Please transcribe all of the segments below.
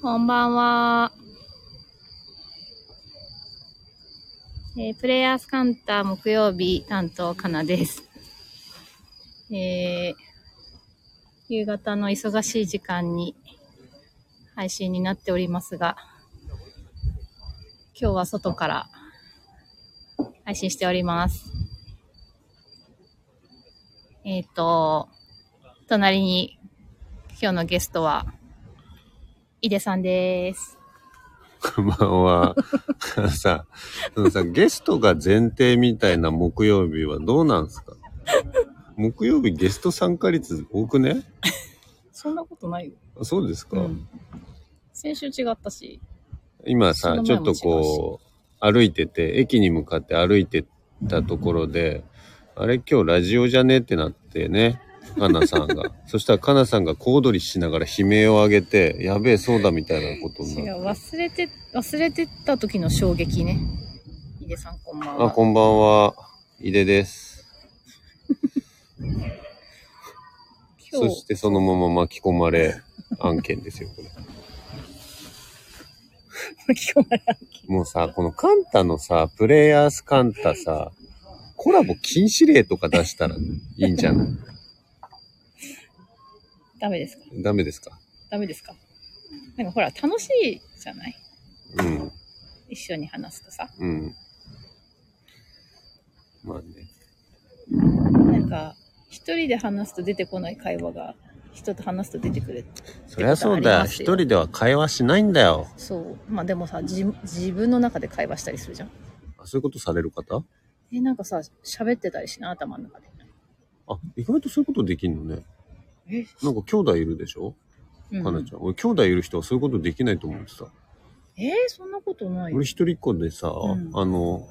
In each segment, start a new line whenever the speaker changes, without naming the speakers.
こんばんは。えープレイヤースカンター木曜日担当かなです。えー夕方の忙しい時間に配信になっておりますが、今日は外から配信しております。えっ、と、隣に今日のゲストは、井出さんです。
こんばんは。 あのさ、あのさ、ゲストが前提みたいな木曜日はどうなんすか木曜日ゲスト参加率多くね
そんなことないよ。
あそうですか、
うん先週違ったし。
今
そ
さ、
の
ち
前
ょっ
も違
と
うし
こう、歩いてて、駅に向かって歩いてたところで、あれ今日ラジオじゃねってなってね、かなさ んが。そしたらかなさんが小躍りしながら悲鳴を上げて、やべえ、そうだみたいなことに
違
なって。
う、忘れて、忘れてた時の衝撃ね。井出さんこんばん
あ、
は。
こんばんは。井出です。
今
そ
日
し、てそのまま巻き込まれ案件ですよ、これ。
巻き込まれた。
もうさ、このカンタのさ、プレイヤースカンタさ、コラボ禁止令とか出したらいいんじゃない
ダメですか
ダメですか
ダメですかなんかほら、楽しいじゃない
うん、
一緒に話すとさ。
うん。まあ
な
ね。
んか、一人で話すと出てこない会話が、人と話すと出てくる。
そりゃそうだよ。一人では会話しないんだよ。
そう。まあでもさ、じ自分の中で会話したりするじゃん。
あそういうことされる方
え、なんかさ、喋ってたりしない頭の中で。
あ、意外とそういうことできんのね。
え、
なんか兄弟いるでしょ
う
かなちゃん。俺兄弟いる人はそういうことできないと思ってた。
えーそんなことないよ
俺。一人っ子でさ、
うん
あの、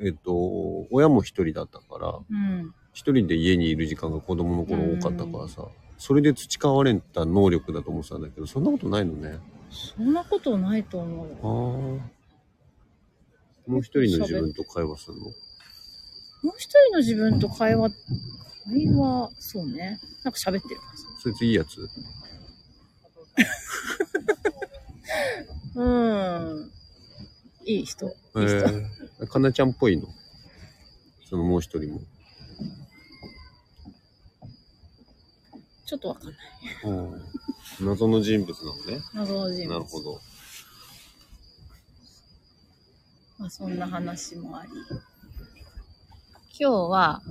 えっと、親も一人だったから、
うん。
一人で家にいる時間が子供の頃多かったからさ、それで培われた能力だと思ってたんだけど、そんなことないのね。
そんなことないと思うよ
ああ。もう一人の自分と会話するの
もう一人の自分と会話、会話、そうね。なんか喋ってる感じ。
そいついいやつ
うん。いい人。い
え
い人。
ー、かなちゃんっぽいのそのもう一人も。
ちょっとわかんない。
うん謎の人物なのね。
謎の人物。
なるほ。ど。
まあそんな話もあり。今日は、あ、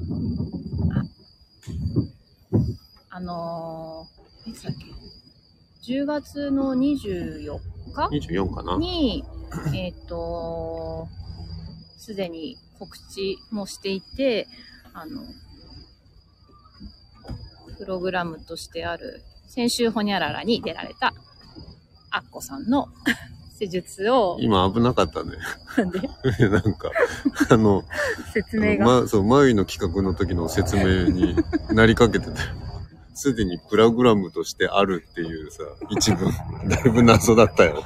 あのー、いつだっけ ?10 月の24日
24かな
に、えっ、と、すでに告知もしていて、あの、プログラムとしてある、先週ホニャララに出られた、アッコさんの 施術を、
今危なかったね。
なんで
なんか、あの、
説
あの
明が。
ま、そう、マウイの企画の時の説明になりかけて たよ。すでにプログラムとしてあるっていうさ、一文、 だいぶ謎だったよ。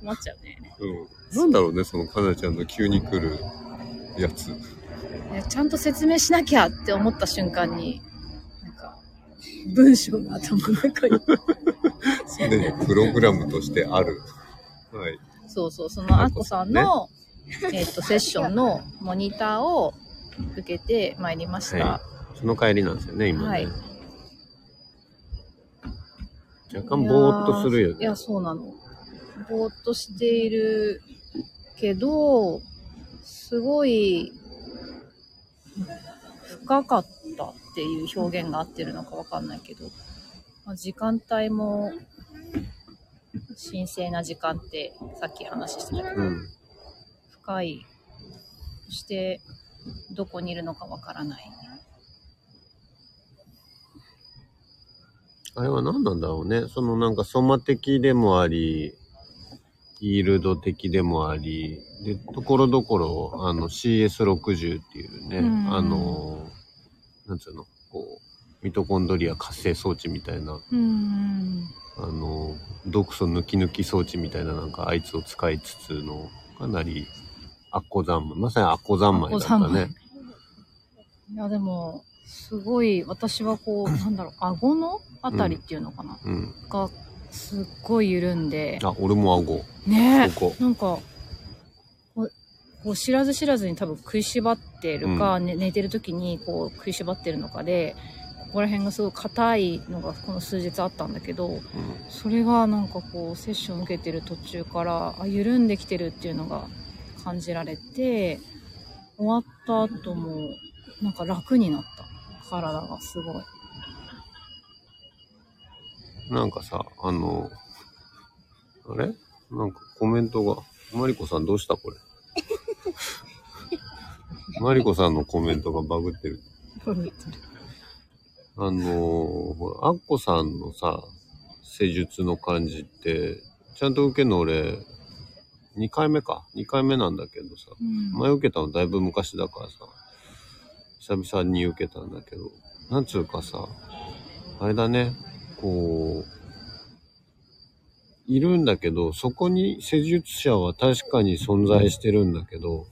困っちゃうね。
うん。なんだろうね、そのかなちゃんの急に来るやつ。
いやちゃんと説明しなきゃって思った瞬間に、なんか、文章が頭の中に。
すでにプログラムとしてある。はい。
そうそう、そのアッコさんの、えっ、と、セッションのモニターを受けてまいりました。
はその帰りなんですよね、今ね。
はい
若干ぼーっとするよ
い
ね
や、。そうなの。ぼーっとしているけど、すごい、深かったっていう表現が合ってるのかわかんないけど、まあ、時間帯も、神聖な時間ってさっき話してたけど、
うん。
深い。そして、どこにいるのかわからない。
あれは何なんだろうね。そのなんかソマ的でもあり、イールド的でもあり、で、ところどころ、あの CS60 っていうね、
うん
あの、なんつうの、こう、ミトコンドリア活性装置みたいな、
うん。
あの、毒素抜き抜き装置みたいななんかあいつを使いつつの、かなり、アッコ三昧。まさにアッコ三昧だった
アッコ三昧
ね。
いや、でも、すごい、私はこう、なんだろう、顎のあたりっていうのかな、
うん。
が、すっごい緩んで、
あ、俺も顎。
ねえ、
ここ。
なんか、こうこう知らず知らずに多分食いしばってるか、ね寝てる時にこう食いしばってるのかで、ここら辺がすごい硬いのがこの数日あったんだけど、
うん
それがなんかこうセッション受けてる途中からあ緩んできてるっていうのが感じられて終わった後もなんか楽になった体がすごい
なんかさ、あの、あれなんかコメントが、マリコさんどうしたこれ。マリコさんのコメントがバグってる。あのーほら、アッコさんのさ、施術の感じって、ちゃんと受けるの俺、2回目か。2回目なんだけどさ、
うん
前受けたのだいぶ昔だからさ、久々に受けたんだけど、なんつうかさ、あれだね、こう、いるんだけど、そこに施術者は確かに存在してるんだ けど、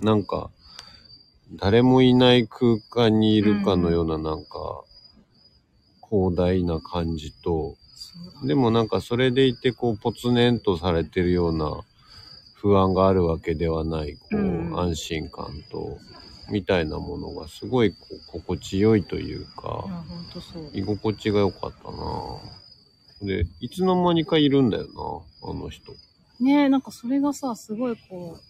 なんか、誰もいない空間にいるかのようななんか、広大な感じと、
そうだ
でもなんかそれでいてこうポツネンとされてるような不安があるわけではないこう、
うん
安心感とみたいなものがすごいこう心地よいというか
いやほんとそう
居心地が良かったなでいつの間にかいるんだよなあの人
ねえなんかそれがさすごいこう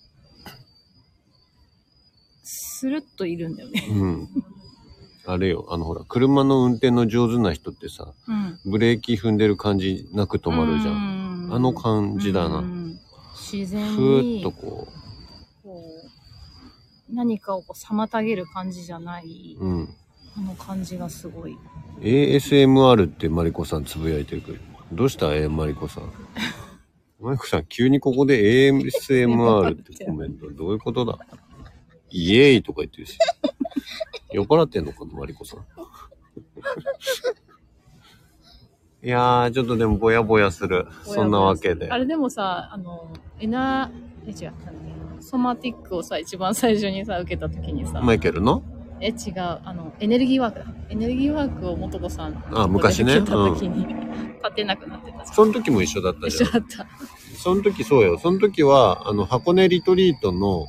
スルッといるんだよね
うん あれよあのほら車の運転の上手な人ってさ
うん
ブレーキ踏んでる感じなく止まるじゃん
ん
あの感じだな
自
ふ
然
ーっ
に
とこ
こう何かをこう妨げる感じじゃない、
ううん
あの感じがすごい
ASMR ってマリコさんつぶやいてるけど、どうしたえーマリコさん。マリコさん、急にここで ASMR ってコメント、どういうことだイエーイとか言ってるし。酔っ払ってんのかな、マリコさん。いやー、ちょっとでもぼやぼやする。そんなわけで。
あれでもさあのエナえ違うソマティックをさ一番最初にさ受けた時にさ、
マイケルの
え違うあのエネルギーワークだエネルギーワークを元子さんのとこで
あ昔ね
受けた時に、立てなくなってた
その時も一緒だったじ
一
ゃん
緒。だった
その時そうよ。その時は、あの、箱根リトリートの、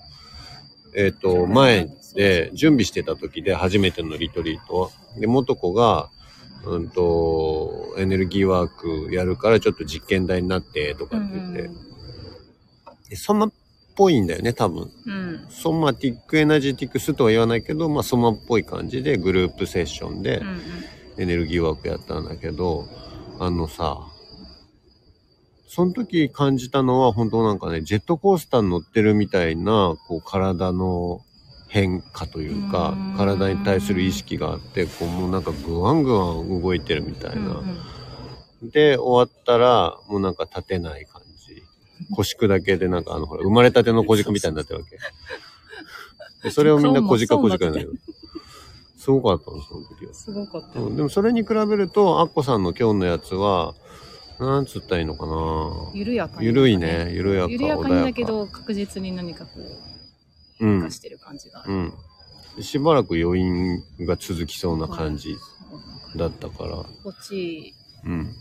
えっ、と、前で、準備してた時で、初めてのリトリートは。で、元子が、うんと、エネルギーワークやるから、ちょっと実験台になって、とか
う
って言って。
ん
でソマっぽいんだよね、多分。
うん
ソマティックエナジティクスとは言わないけど、まあ、ソマっぽい感じで、グループセッションで、
うん
エネルギーワークやったんだけど、あのさ、その時感じたのは本当なんかね、ジェットコースターに乗ってるみたいな、こう体の変化というか
うーん、
体に対する意識があって、こうもうなんかグワングワン動いてるみたい
うんうんう
な。
ん
で、終わったら、もうなんか立てない感じ。腰くだけでなんかあの、ほら、生まれたての小鹿みたいになってる わけ。でそれをみんな小鹿小鹿になる。すごかったの、その時は。
すごかった、
うん、でもそれに比べると、アッコさんの今日のやつは、なんつったらいいのかな
緩やかに
ゆるいね。ゆるやか。
緩やか
穏
にだけど確実に何かこう
う
変
ん
化。してる感じがある、
うん。しばらく余韻が続きそうな感じ
そうなんか
だったから。
心地いい
うん。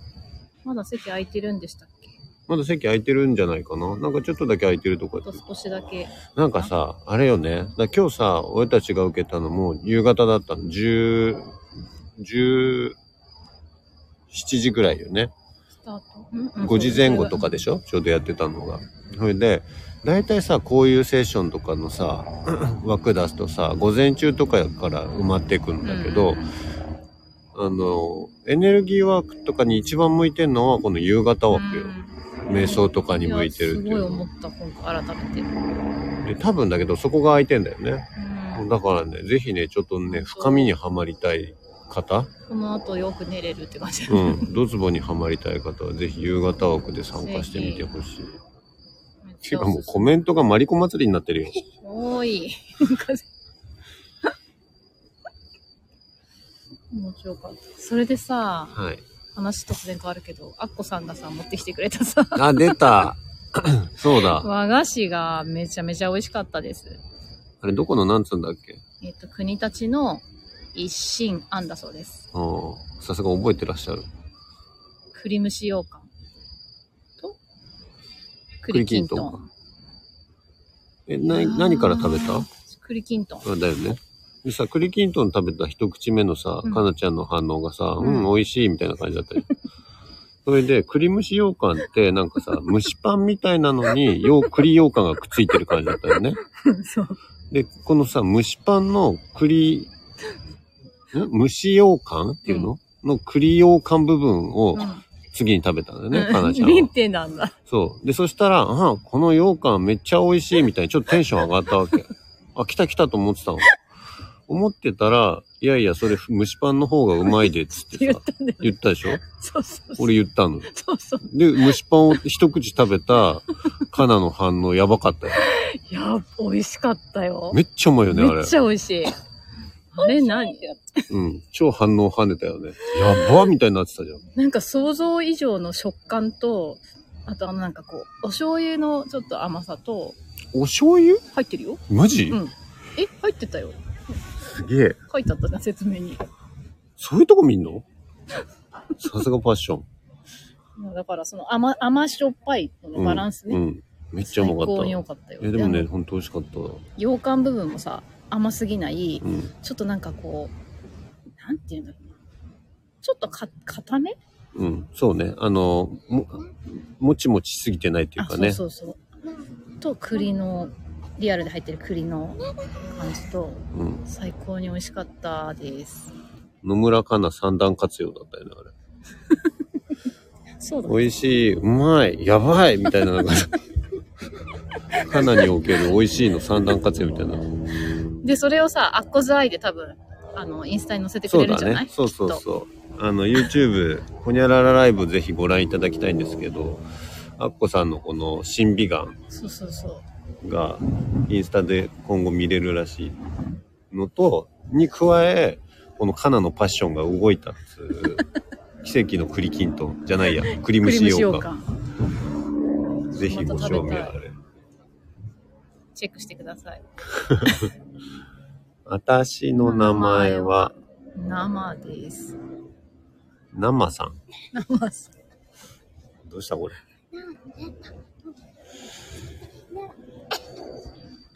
まだ席空いてるんでしたっけ
まだ席空いてるんじゃないかななんかちょっとだけ空いてるとか
あ
って
と。少しだけ
なんかさ、あれよね。だ今日さ、俺たちが受けたのも夕方だったの。十、十、7時ぐらいよね。
スタート、うんうん
5時前後とかでしょちょうどやってたのが。それで、大体さ、こういうセッションとか のさ、枠出すとさ、午前中とかから埋まっていくんだけど、あの、エネルギーワークとかに一番向いてんのはこの夕方
うん
枠よ。瞑想とかに向いてるってい
やすごいう思
の
った今回改めて、
で、多分だけどそこが空いてんだよね。
うん
だからね、ぜひね、ちょっとね、深みにはまりたい方、
この後よく寝れるって感じ、
うん、ドツボにはまりたい方はぜひ夕方枠で参加してみてほしい。
めっち
てい
ゃ
うか
お
も
す
う
す
コメントがマリコ祭りになってるよ。
め多い面白かったそれでさ
はい。
話突然変わるけどアッコさんがさ持ってきてくれた さ
あ、出た。そうだ。
和菓子がめちゃめちゃ美味しかったです
あれ、どこのなんつうんだっけ
えっと、国立の一心庵だそうです。
ああ、さすが覚えてらっしゃる。
栗蒸し羊羹と、
栗
栗
き
き
ん
ん
と
と
ん
ん
か。。え、な、何から食べた
あー栗きんとん。
あだよね。でさ、栗きんとん食べた一口目のさ、
うん
かなちゃんの反応がさ、う
うん
ん、美味しいみたいな感じだったよ。 それで、栗蒸し羊羹って、なんかさ、蒸しパンみたいなのに、よう栗羊羹がくっついてる感じだったよね。
そう。
で、このさ、蒸しパンの栗、ん蒸し羊羹っていうの、の栗羊羹部分を次に食べたんだよね、かなちゃん
リン
は。
テなんだ。
そう。で、そしたら、あこの羊羹めっちゃ美味しいみたいに、ちょっとテンション上がったわ け。あ、来た来たと思ってたの。思ってたら、いやいや、それ蒸しパンの方がうまいで、つ
言
って
っ
さ、
たんだよ。
言ったでしょ
そうそうそう。
俺言ったの。
そうそう。
で、蒸しパンを一口食べた、カナの反応やばかったよ。
いや、美味しかったよ。
めっちゃうまいよね、あ
め
れ
っ。ちゃ美味しい。あれ何
うん。超反応跳ねたよね。やばみたいになってたじゃん。
なんか想像以上の食感と、あとあのなんかこう、お醤油のちょっと甘さと、
お醤油
入ってるよ。
マジ、
うんえ、入ってたよ。
すげえ。
書いてあったな、説明に。
そういうとこ見んのさすがパッション。
だからその甘、甘しょっぱいの
う ん
バランスね。
うん。めっちゃうまかっ
最高
た。
に
い
良かったよ。
や、でも
あ
ね、
の、
ほんと美味しかった。
洋館部分もさ、甘すぎない、
うん。
ちょっとなんかこう、なんていうんだろうな。ちょっとか、固め
うん、そうね。あの、も、もちもちしすぎてないっていう
あ、
かね。
そうそうそう。と、栗の、リアルで入ってる栗の感じと、
うん。
最高に美味しかったです。
野村かな三段活用だったよね、あれ。
そうだね
美味しい、うまい、やばいみたいな のが。かなにおける美味しいの三段活用みたいな。
で、それをさ、アッコズアイで多分、あの、インスタに載せてく
そ
れ
う
る
だ
んじゃない
ね。そうそう
きっと
そう。あの、YouTube、ほにゃららライブぜひご覧いただきたいんですけど、アッコさんのこの審美眼
そうそうそう。
がインスタで今後見れるらしいのとに加えこのカナのパッションが動いたっつ う奇跡の栗きんとんじゃないや栗蒸
栗
し
蒸し
よ
よ
う
う
か
か。
ぜひご賞
ま
味あ
た食べ
れ
チェックしてください。
私の名前は
生です。
生さん
生さ
どうしたこれ
今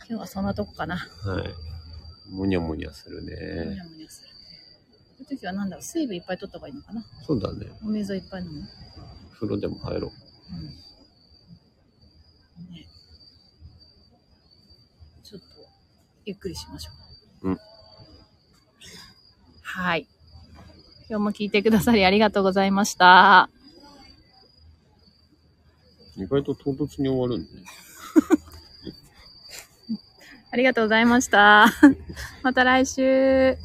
日はそんなとこかな。
はいもにゃもにゃする
も
ね
にゃもにゃする。そういう時はなんだろう、水分いっぱい取った方がいいのかな。
そうだね
お水をいっぱい飲む。うん。
風呂でも入ろう
ねちょっと、ゆっくりしましょう。
うん。
はい。今日も聞いてくださりありがとうございました。
意外と唐突に終わるんで、ね、
ありがとうございました。また来週。